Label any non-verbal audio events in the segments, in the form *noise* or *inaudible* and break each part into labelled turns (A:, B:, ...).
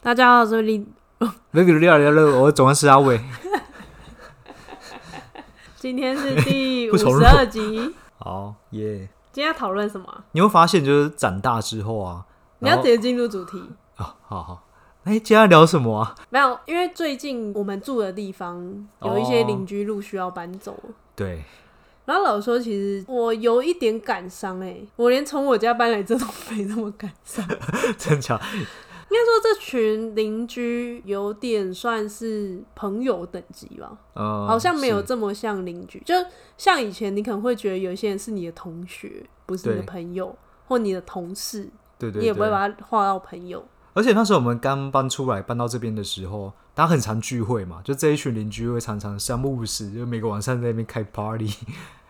A: 大家好，我是李。
B: 没比如六六六，我总共是阿伟。
A: 今天是第五
B: 不重录
A: 十二集。 *laughs*
B: 好耶！
A: 今天要讨论什么啊？
B: 你会发现，就是长大之后啊，
A: 你要
B: 然
A: 直
B: 后
A: 接进入主题。
B: 哦，好好。哎，今天要聊什么啊？
A: 没有，因为最近我们住的地方有一些
B: 哦
A: 邻居陆续要搬走了。
B: 对，
A: 然后老实说，其实我有一点感伤哎、我连从我家搬来这都没那么感伤。 *laughs* 应
B: 真巧，
A: 该说这群邻居有点算是朋友等级吧，
B: 呃，
A: 好像没有
B: 是
A: 这么像邻居。就像以前，你可能会觉得有一些人是你的同学，不是你的
B: 对
A: 朋友或你的同事，
B: 对对，
A: 你也不会
B: 对
A: 把它划到朋友。
B: 而且那时候我们刚搬出来，搬到这边的时候，大家很常聚会嘛，就这一群邻居会常常三不五时，就每个晚上在那边开 party。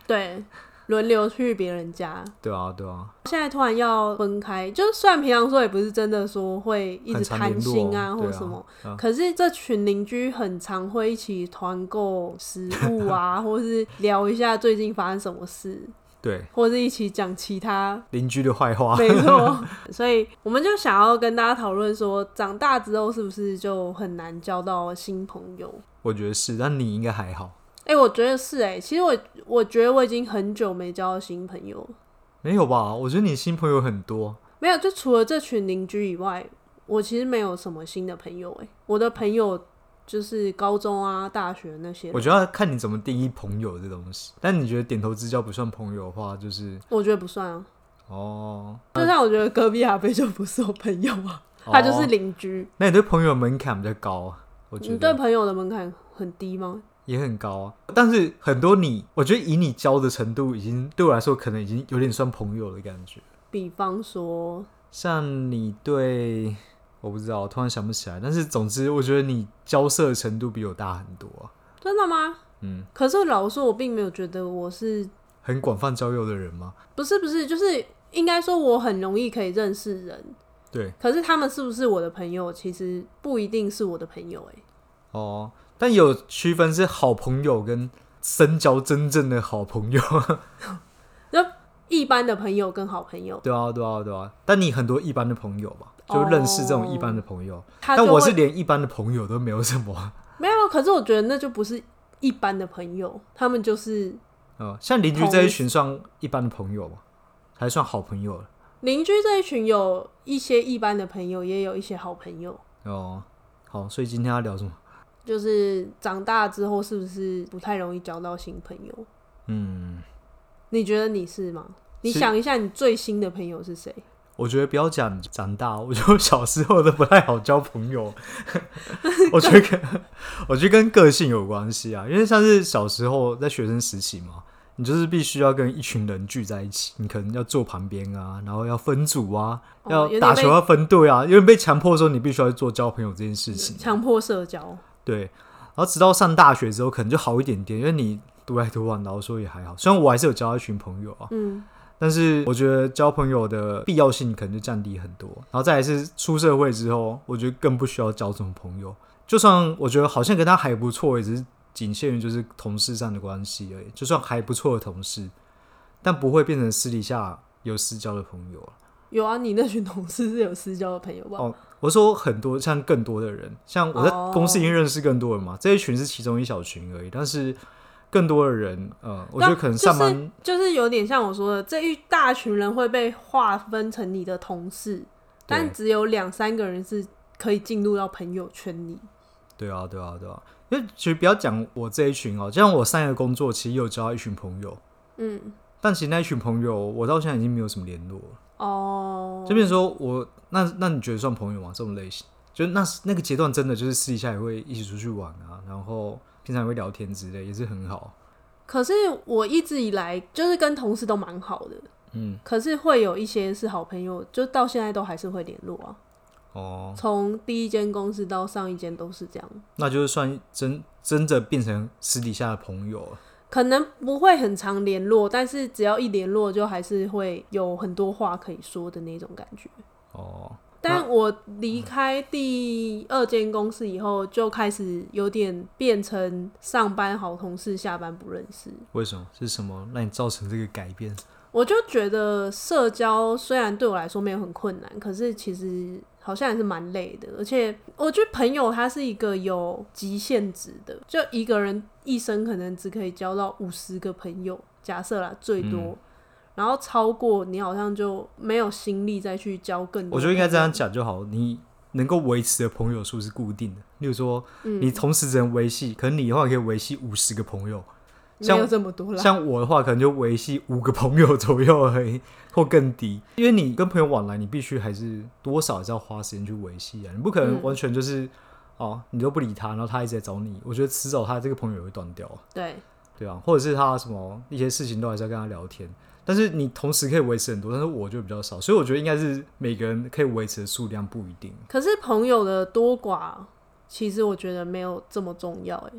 A: 对，轮流去别人家。
B: 对啊，对啊，
A: 现在突然要分开，就算平常说也不是真的说会一直
B: 很常
A: 谈
B: 联络
A: 心啊
B: 对
A: 或
B: 啊
A: 什么，
B: 嗯
A: 可是这群邻居很常会一起团购食物
B: *laughs*
A: 啊，或是聊一下最近发生什么事，
B: 对
A: 或是一起讲其他。
B: 邻居的坏话。
A: 没
B: *laughs*
A: 错，所以我们就想要跟大家讨论说，长大之后是不是就很难交到新朋友？
B: 我觉得是，但你应该还好。
A: 哎、我觉得是哎、其实我我觉得我已经很久没交到新朋友了
B: 没有吧？我觉得你新朋友很多，
A: 没有，就除了这群邻居以外，我其实没有什么新的朋友、欸。我的朋友就是高中啊、大学那些人，
B: 我觉得要看你怎么定义朋友这东西。但你觉得点头之交不算朋友的话，就是
A: 我觉得不算啊。
B: 哦，
A: 就像我觉得隔壁阿贝就不是我朋友啊，
B: 哦
A: 他就是邻居。
B: 那你对朋友的门槛比较高啊，我觉
A: 你对
B: 得
A: 朋友的门槛很低吗？
B: 也很高啊。但是很多你，我觉得以你交的程度，已经对我来说可能已经有点算朋友的感觉。
A: 比方说，
B: 像你对，我不知道，我突然想不起来。但是总之，我觉得你交涉的程度比我大很多啊，
A: 真的吗？
B: 嗯，
A: 可是老实说，我并没有觉得我是
B: 很广泛交友的人嘛。
A: 不是不是，就是应该说我很容易可以认识人，
B: 对
A: 可是他们是不是我的朋友，其实不一定是我的朋友、欸。
B: 哦，但有区分是好朋友跟深交真正的好朋友。
A: 一般的朋友跟好朋友，
B: 对啊，对啊，对啊。但你很多一般的朋友吧，就认识这种一般的朋友。
A: 哦他就
B: 但
A: 会
B: 我是连一般的朋友都没有什么。
A: 没有，可是我觉得那就不是一般的朋友，他们就是
B: 嗯，像邻居这一群算一般的朋友吧，还算好朋友了。
A: 邻居这一群，有一些一般的朋友，也有一些好朋友。
B: 哦，好，所以今天要聊什么？
A: 就是长大之后，是不是不太容易交到新朋友？
B: 嗯，
A: 你觉得你是吗？你
B: 是
A: 想一下，你最新的朋友是谁？
B: 我觉得不要讲长大，我觉得我 *laughs* 小时候都不太好交朋友。 *laughs* 我觉得跟，我觉得跟个性有关系啊，因为像是小时候在学生时期嘛，你就是必须要跟一群人聚在一起，你可能要坐旁边啊，然后要分组啊，
A: 哦
B: 要
A: 有点
B: 打球
A: 被
B: 要分队啊，因为被强迫的时候，你必须要做交朋友这件事情。
A: 强迫社交，
B: 对，然后直到上大学之后，可能就好一点点，因为你独来独往，然后说也还好。虽然我还是有交到一群朋友啊，
A: 嗯，
B: 但是我觉得交朋友的必要性可能就降低很多。然后再来是出社会之后，我觉得更不需要交这种朋友。就算我觉得好像跟他还不错，也只是仅限于就是同事上的关系而已。就算还不错的同事，但不会变成私底下有私交的朋友啊。
A: 有啊，你那群同事是有私交的朋友吧？
B: 哦我说很多像更多的人，像我在
A: 哦
B: 公司已经认识更多人嘛，这一群是其中一小群而已，但是更多的人，呃，我觉得可能上班、
A: 啊就是、就是有点像我说的，这一大群人会被划分成你的同事，但只有两三个人是可以进入到朋友圈里。
B: 对啊，对啊，对啊，因为其实不要讲我这一群哦，就像我上一个工作，其实有交到一群朋友，
A: 嗯，
B: 但其实那一群朋友，我到现在已经没有什么联络了。
A: 哦，
B: 这边说我那那你觉得算朋友吗？这种类型，就那那个阶段真的就是私底下也会一起出去玩啊，然后平常也会聊天之类，也是很好。
A: 可是我一直以来就是跟同事都蛮好的，
B: 嗯，
A: 可是会有一些是好朋友，就到现在都还是会联络啊。
B: 哦，
A: 从第一间公司到上一间都是这样，
B: 那就是算真真的变成私底下的朋友了。
A: 可能不会很常联络，但是只要一联络，就还是会有很多话可以说的那种感觉。
B: 哦，
A: 但我离开第二间公司以后，就开始有点变成上班好同事，下班不认识。
B: 为什么是什么让你造成这个改变？
A: 我就觉得社交虽然对我来说没有很困难，可是其实好像还是蛮累的。而且我觉得朋友他是一个有极限值的，就一个人一生可能只可以交到五十个朋友，假设啦最多。
B: 嗯
A: 然后超过你好像就没有心力再去交更多。
B: 我觉得应该这样，讲就好，你能够维持的朋友数是固定的。例如说，你同时只能维系，可能你的话可以维系五十个朋友，
A: 没
B: 像
A: 有这么多啦。
B: 像我的话可能就维系五个朋友左右而已， *laughs* 或更低。因为你跟朋友往来，你必须还是多少还是要花时间去维系啊，你不可能完全就是、哦你都不理他，然后他一直在找你，我觉得迟早他这个朋友也会断掉啊。
A: 对，
B: 对啊，或者是他什么一些事情都还是要跟他聊天，但是你同时可以维持很多，但是我就比较少，所以我觉得应该是每个人可以维持的数量不一定。
A: 可是朋友的多寡，其实我觉得没有这么重要、欸，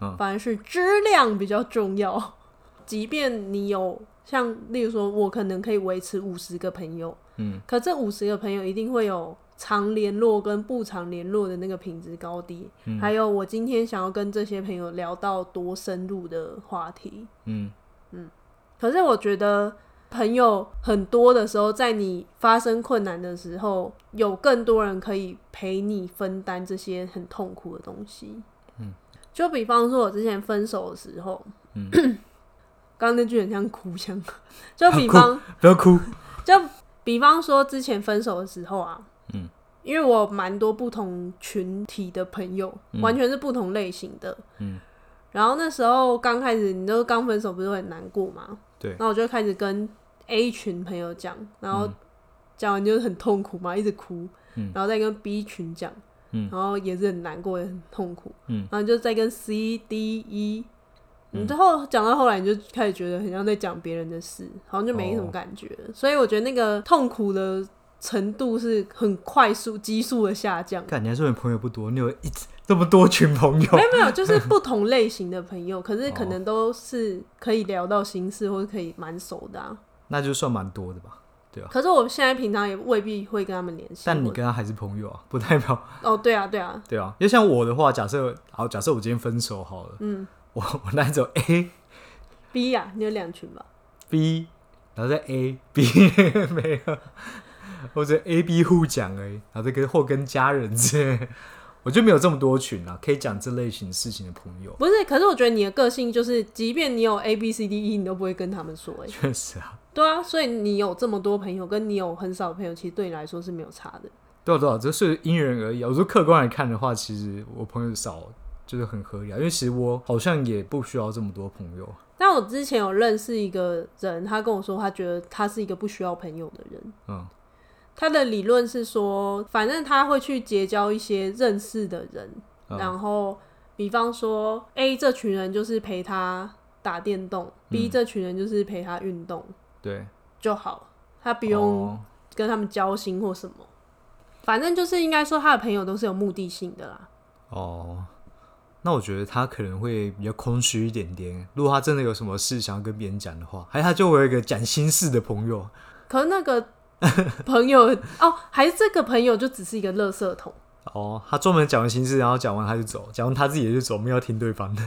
B: 嗯
A: 反而是质量比较重要。 *laughs* 即便你有像，例如说，我可能可以维持五十个朋友，
B: 嗯，
A: 可这五十个朋友一定会有常联络跟不常联络的那个品质高低，还有我今天想要跟这些朋友聊到多深入的话题，
B: 嗯，
A: 可是我觉得朋友很多的时候，在你发生困难的时候，有更多人可以陪你分担这些很痛苦的东西。嗯，就比方说我之前分手的时候，
B: 嗯
A: 刚刚那句很像哭腔， *laughs* 就比方
B: 不要哭。
A: 就比方说之前分手的时候啊，
B: 嗯，
A: 因为我蛮多不同群体的朋友，完全是不同类型的，
B: 嗯。
A: 然后那时候刚开始，你都刚分手，不是会很难过吗？
B: 对
A: 然后我就开始跟 A 群朋友讲，然后讲完就是很痛苦嘛，一直哭，
B: 嗯
A: 然后再跟 B 群讲，
B: 嗯
A: 然后也是很难过，也很痛苦，
B: 嗯，
A: 然后就再跟 C、D、E，你之后讲到后来，你就开始觉得很像在讲别人的事，好像就没什么
B: 哦
A: 感觉了，所以我觉得那个痛苦的程度是很快速、急速的下降。
B: 看你还说你朋友不多，你有一这么多群朋友
A: 没，有没有，就是不同类型的
B: *laughs*
A: 朋友，可是可
B: 哦
A: 能都是可以聊到心事，或者可以蛮熟的啊。
B: 那就算蛮多的吧。
A: 可是我现在平常也未必会跟他们联系。
B: 但你
A: 或者
B: 跟他还是朋友啊，不代表
A: 哦，对啊，对啊，
B: 对啊。因为像我的话，假设好，假设我今天分手好了，嗯，我我那走 A
A: B 呀、你有两群吧？
B: B，然后再 A B *laughs* 没了，或者 A B 互讲而已，然后再跟或跟家人之类的，我就没有这么多群啊，可以讲这类型事情的朋友，
A: 不是，可是我觉得你的个性就是，即便你有 A B C D E，你都不会跟他们说、欸。
B: 确实啊，
A: 对啊，所以你有这么多朋友，跟你有很少的朋友，其实对你来说是没有差的。
B: 对啊对啊，这是因人而异啊。我说客观来看的话，其实我朋友少就是很合理啊，因为其实我好像也不需要这么多朋友，
A: 但我之前有认识一个人，他跟我说，他觉得他是一个不需要朋友的人。
B: 嗯
A: 他的理论是说，反正他会去结交一些认识的人，
B: 嗯
A: 然后比方说 A 这群人就是陪他打电动、b 这群人就是陪他运动
B: 对，哦
A: 就好，他
B: 不
A: 不用跟他们交心或什么。反正就是应该说，他的朋友都是有目的性的啦。
B: 哦，那我觉得他可能会比较空虚一点点。如果他真的有什么事想要跟别人讲的话，还有他就会有一个讲心事的朋友。
A: 可是那个朋友 *laughs* 哦，还是这个朋友就只是一个垃圾桶
B: 哦，他专门讲完心事，然后讲完他就走，讲完他自己也就走，没有要听对方的，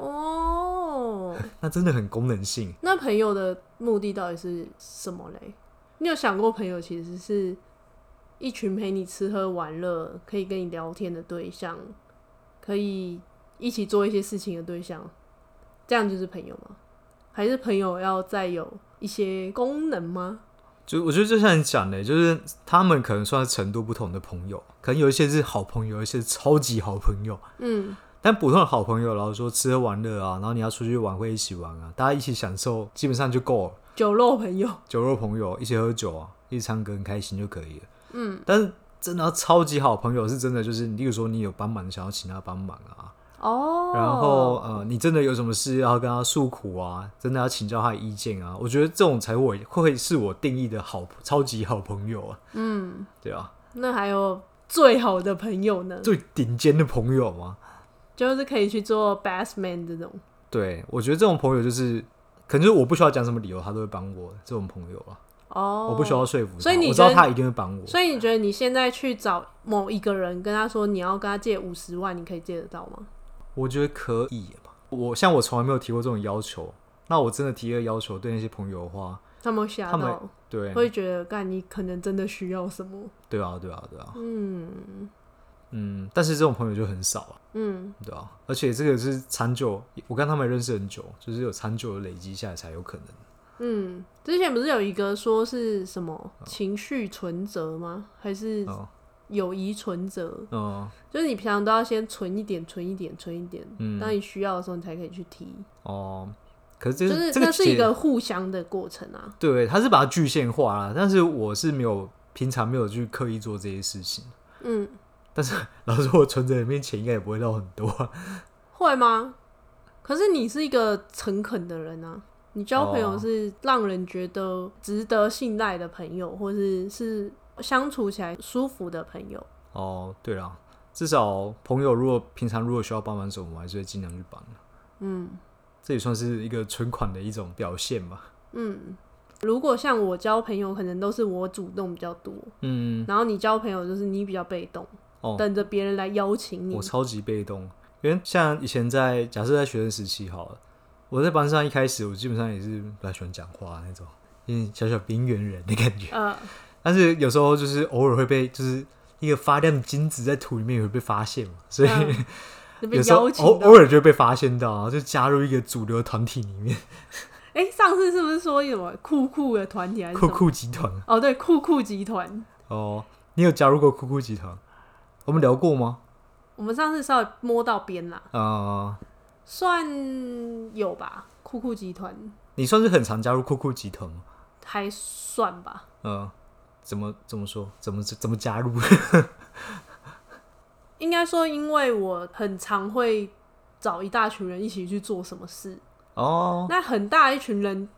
B: *laughs*
A: 哦。
B: 那真的很功能性。
A: 那朋友的目的到底是什么嘞？你有想过朋友其实是一群陪你吃喝玩乐、可以跟你聊天的对象，可以一起做一些事情的对象，这样就是朋友吗？还是朋友要再有一些功能吗？
B: 就我觉得就像你讲的，就是他们可能算是程度不同的朋友，可能有一些是好朋友，有一些是超级好朋友。
A: 嗯，
B: 但普通的好朋友，然后说吃喝玩乐啊，然后你要出去玩会一起玩啊，大家一起享受，基本上就够了。
A: 酒肉朋友，
B: 酒肉朋友一起喝酒啊，一起唱歌很开心就可以了。嗯，但是真的要超级好朋友是真的，就是例如说你有帮忙想要请他帮忙啊，
A: 哦，
B: 然后呃你真的有什么事要跟他诉苦啊，真的要请教他的意见啊，我觉得这种才会会是我定义的好超级好朋友啊。嗯，对啊，
A: 那还有最好的朋友呢？
B: 最顶尖的朋友嘛。
A: 就是可以去做 best man 这种。
B: 对，我觉得这种朋友就是，可能就是我不需要讲什么理由，他都会帮我。这种朋友啊，
A: 哦，
B: 我不需要说服他，
A: 所以你
B: 我知道
A: 觉得
B: 他一定会帮我。
A: 所以你觉得你现在去找某一个人，跟他说你要跟他借五十万，你可以借得到吗？
B: 我觉得可以吧。我像我从来没有提过这种要求，那我真的提了要求对那些朋友的话，
A: 他们会吓
B: 他们
A: 到，
B: 对
A: 会觉得干你可能真的需要什么？
B: 对啊，对啊，对啊，
A: 嗯
B: 嗯，但是这种朋友就很少啊，
A: 嗯，
B: 对啊，而且这个是长久，我跟他们也认识很久，就是有长久的累积下来才有可能。
A: 嗯，之前不是有一个说是什么情绪存折吗？还是
B: 哦
A: 友谊存折？
B: 嗯
A: 就是你平常都要先存一点，存一点，存一点，
B: 嗯
A: 当你需要的时候，你才可以去提。
B: 哦、可是这
A: 就是
B: 这
A: 那
B: 个
A: 是一
B: 解
A: 个互相的过程啊。
B: 对，他是把它具现化啦，但是我是没有平常没有去刻意做这些事情。
A: 嗯，
B: 但是老实说，我存折里面钱应该也不会到很多、啊。
A: 会吗？可是你是一个诚恳的人啊，你交朋友
B: 哦
A: 是让人觉得值得信赖的朋友，或是是相处起来舒服的朋友。
B: 哦，对啦，至少朋友如果平常如果需要帮忙什么，我还是会尽量去帮。
A: 嗯
B: 这也算是一个存款的一种表现吧。
A: 嗯，如果像我交朋友，可能都是我主动比较多，
B: 嗯，
A: 然后你交朋友就是你比较被动，
B: 哦
A: 等着别人来邀请你
B: 我。超级被动，因为像以前在假设在学生时期好了，我在班上一开始我基本上也是不太喜欢讲话那种，有点小小边缘人的感觉。
A: 呃，
B: 但是有时候就是偶尔会被，就是一个发亮的金子在土里面也会被发现嘛，所以、
A: 嗯你被
B: *laughs* 有时候
A: 邀请
B: 偶
A: 到
B: 偶尔就会被发现到，然后就加入一个主流团体里面，
A: 哎、上次是不是说什么酷酷的团体还是什
B: 酷
A: 么？
B: 酷集团
A: 哦，对，酷酷集团。
B: 哦。你有加入过酷酷集团？我们聊过吗？
A: 我们上次稍微摸到边啦，
B: 啊、
A: 算有吧。酷酷集团
B: 你算是很常加入酷酷集团吗？
A: 还算吧，
B: 呃，怎么怎么说？怎么怎么加入？
A: 应该说，因为我很常会找一大群人一起去做什么事，
B: 哦
A: 那很大一群人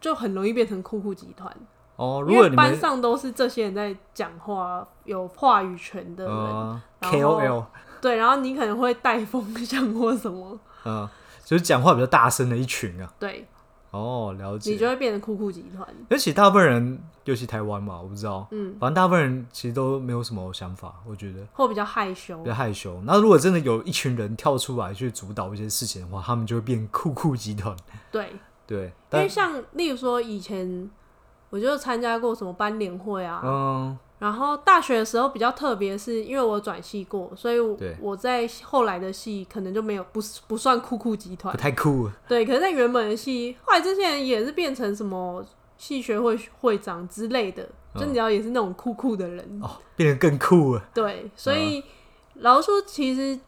A: 就很容易变成酷酷集团，
B: 哦，如
A: 因
B: 果
A: 为
B: 你
A: 班
B: 们
A: 上都是这些人在讲话，有话语权的人，
B: 呃
A: 然后
B: KOL
A: 对，然后你可能会带风向或什么，
B: 呃，就是讲话比较大声的一群啊。
A: 对
B: 哦，了解。
A: 你就会变成酷酷集团。
B: 而且大部分人，尤其台湾嘛，我不知道，
A: 嗯，
B: 反正大部分人其实都没有什么想法，我觉得
A: 或比较害羞
B: 比较，害羞。那如果真的有一群人跳出来去主导一些事情的话，他们就会变酷酷集团。
A: 对，
B: 对，
A: 因
B: 但
A: 为像例如说以前，我就参加过什么班联会啊，
B: 嗯，
A: 然后大学的时候比较特别，是因为我转系过，所以我
B: 对
A: 我在后来的系可能就没有不是不算酷酷集团
B: 不，太酷了
A: 对，可是在原本的系，后来这些人也是变成什么系学会会长之类的，
B: 嗯
A: 就你知道也是那种酷酷的人，
B: 哦，嗯变得更酷了。
A: 对，所以、老实说其实，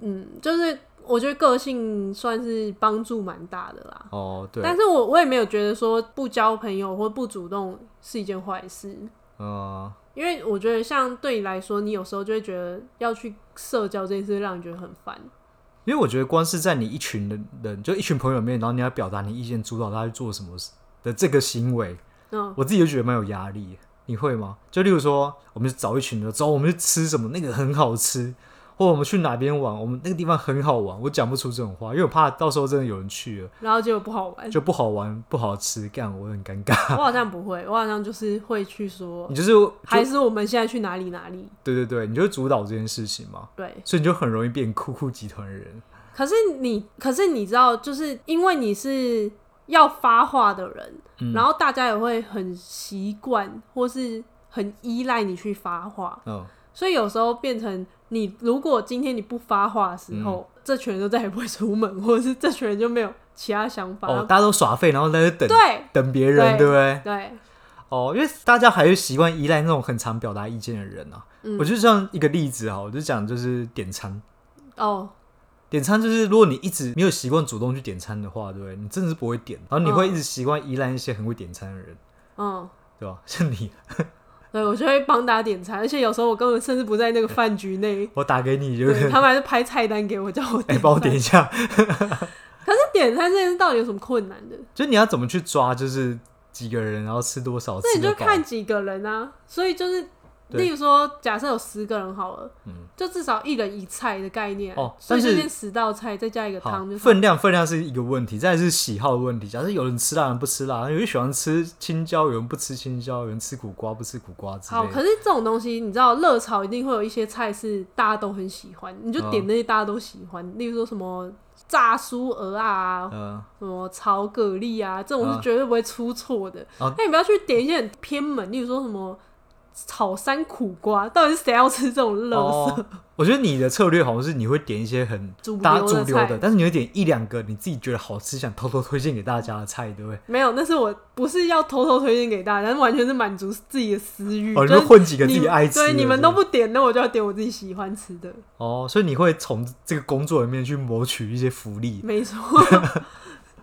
A: 嗯，就是我觉得个性算是帮助蛮大的啦。
B: 哦，对，
A: 但是我我也没有觉得说不交朋友或不主动是一件坏事，
B: 嗯，
A: 因为我觉得像对你来说，你有时候就会觉得要去社交这件事，让你觉得很烦。
B: 因为我觉得光是在你一群人人，就一群朋友里面，然后你要表达你意见，主导他去做什么事的这个行为，
A: 嗯，
B: 我自己就觉得蛮有压力的。你会吗？就例如说，我们去找一群人，走，我们去吃什么，那个很好吃，或我们去哪边玩，我们那个地方很好玩。我讲不出这种话，因为我怕到时候真的有人去了，
A: 然后结果不好玩。
B: 就不好玩、不好吃，干我很尴尬。
A: 我好像不会，我好像就是会去说
B: 你，就是就
A: 还是我们现在去哪里哪里。
B: 对对对，你就会主导这件事情嘛，
A: 对，
B: 所以你就很容易变酷酷集团的人。
A: 可是你，可是你知道，就是因为你是要发话的人，
B: 嗯
A: 然后大家也会很习惯或是很依赖你去发话，
B: 嗯，
A: 所以有时候变成你，如果今天你不发话的时候，
B: 嗯
A: 这群人就再也不会出门，或者是这群人就没有其他想法。
B: 哦，大家都耍废，然后在那等
A: 对
B: 等别人，对
A: 对
B: 不对？
A: 对，
B: 哦，因为大家还是习惯依赖那种很常表达意见的人啊。
A: 嗯
B: 我就像一个例子哈，我就讲就是点餐，
A: 哦，
B: 点餐就是如果你一直没有习惯主动去点餐的话，对不对？你真的是不会点，然后你会一直习惯依赖一些很会点餐的人，
A: 嗯，
B: 对吧？ *laughs* 像你，，
A: 对我就会帮大家点餐，而且有时候我根本甚至不在那个饭局内
B: *laughs* 我打给你就
A: 对
B: 是，
A: 他们还是拍菜单给我，叫我
B: *laughs* 哎，
A: 点。
B: 帮、我点一下。
A: 可是点餐这件事到底有什么困难的？
B: 就你要怎么去抓，就是几个人，然后吃多少，
A: 那
B: 吃
A: 你
B: 得
A: 就
B: 饱
A: 看几个人啊，所以就是
B: 对
A: 例如说，假设有十个人好了，
B: 嗯
A: 就至少一人一菜的概念。
B: 哦
A: 所以
B: 但
A: 就是变十道菜，再加一个
B: 好
A: 汤，就，
B: 分量分量是一个问题，再来是喜好的问题。假设有人吃辣，有人不吃辣，有人喜欢吃青椒，有人不吃青椒，有人吃苦瓜不吃苦瓜之
A: 好。
B: 类
A: 可
B: 的。
A: 是这种东西，你知道，热炒一定会有一些菜是大家都很喜欢，你
B: 嗯
A: 就点那些大家都喜欢，例如说什么炸酥鹅啊，
B: 嗯，
A: 什么炒蛤蜊啊，这种
B: 嗯
A: 是绝对不会出错的。那、
B: 啊
A: 你不要去点一些很偏门，例如说什么炒山苦瓜，到底是谁要吃这种 *laughs* 乐色？
B: 哦，我觉得你的策略好像是你会点一些很
A: 主流的
B: 大家主流
A: 菜
B: 的，但是你会点一两个你自己觉得好吃，想偷偷推荐给大家的菜，对不对？
A: 没有，那是我不是要偷偷推荐给大家，完全是满足自己的私欲。
B: 哦，你
A: 就
B: 会
A: 是
B: 混几个自
A: 嗯你
B: 己爱吃的。
A: 对，你们
B: 是
A: 都
B: 不是
A: 不点，那我就要点我自己喜欢吃的。
B: 哦，所以你会从这个工作里面去谋取一些福利，
A: 没
B: *laughs*
A: 错，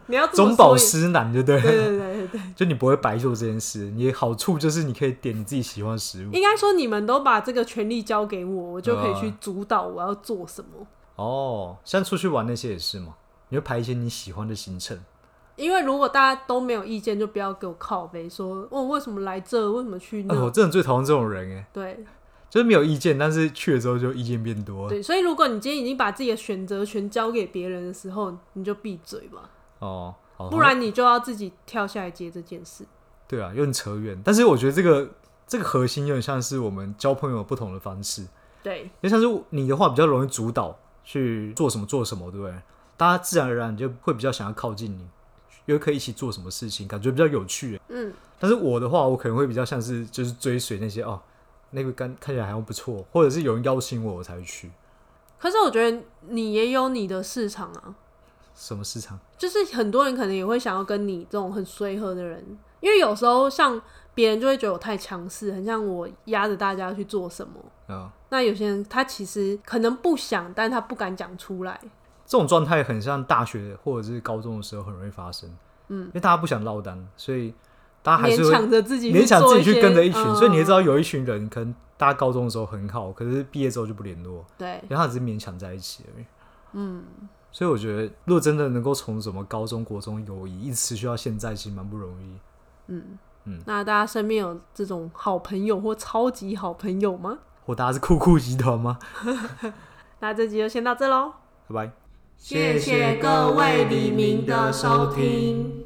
A: 你要这么
B: 中饱
A: 说也。
B: 私囊，对不对？
A: 对对对对对，
B: *laughs* 就你不会白做这件事，你的好处就是你可以点你自己喜欢的食物。
A: 应该说你们都把这个权利交给我，我就可以
B: 呃
A: 去主导我要做什么。
B: 哦，像出去玩那些也是嘛，你会排一些你喜欢的行程。
A: 因为如果大家都没有意见，就不要给我靠背说，哦，为什么来这，为什么去那？
B: 哎、我真的最讨厌这种人哎，
A: 对
B: 就是没有意见，但是去了之后就意见变多了。
A: 对，所以如果你今天已经把自己的选择权交给别人的时候，你就闭嘴吧，
B: 哦，好
A: 不然你就要自己跳下来接这件事。
B: 对啊，有点扯远。但是我觉得这个这个核心有点像是我们交朋友不同的方式，
A: 对，
B: 因为像是你的话比较容易主导去做什么做什么，对不对？大家自然而然就会比较想要靠近你，又可以一起做什么事情，感觉比较有趣耶。
A: 嗯，
B: 但是我的话，我可能会比较像是就是追随那些哦，那个看看起来好像不错，或者是有人邀请我，我才会去。
A: 可是我觉得你也有你的市场啊，
B: 什么市场？
A: 就是很多人可能也会想要跟你这种很随和的人，因为有时候像别人就会觉得我太强势，很像我压着大家去做什么。
B: 啊、
A: 那有些人他其实可能不想，但他不敢讲出来。
B: 这种状态很像大学或者是高中的时候很容易发生。嗯，因为大家不想落单，所以大家还是
A: 勉
B: 会
A: 强着自己去
B: 勉强
A: 做
B: 自己去
A: 些
B: 跟着一群，所以你会知。
A: 嗯
B: 道有一群人可能大家高中的时候很好，可是毕业之后就不联络。
A: 嗯对，
B: 然后他只是勉强在一起而已。嗯，所以我觉得，如果真的能够从什么高中、国中友谊一直持续到现在，其实蛮不容易。嗯
A: 那大家身边有这种好朋友或超级好朋友吗？
B: 或大家是酷酷集团吗？
A: 那这集就先到这喽。
B: 拜拜。
A: 谢谢各位黎明的收听。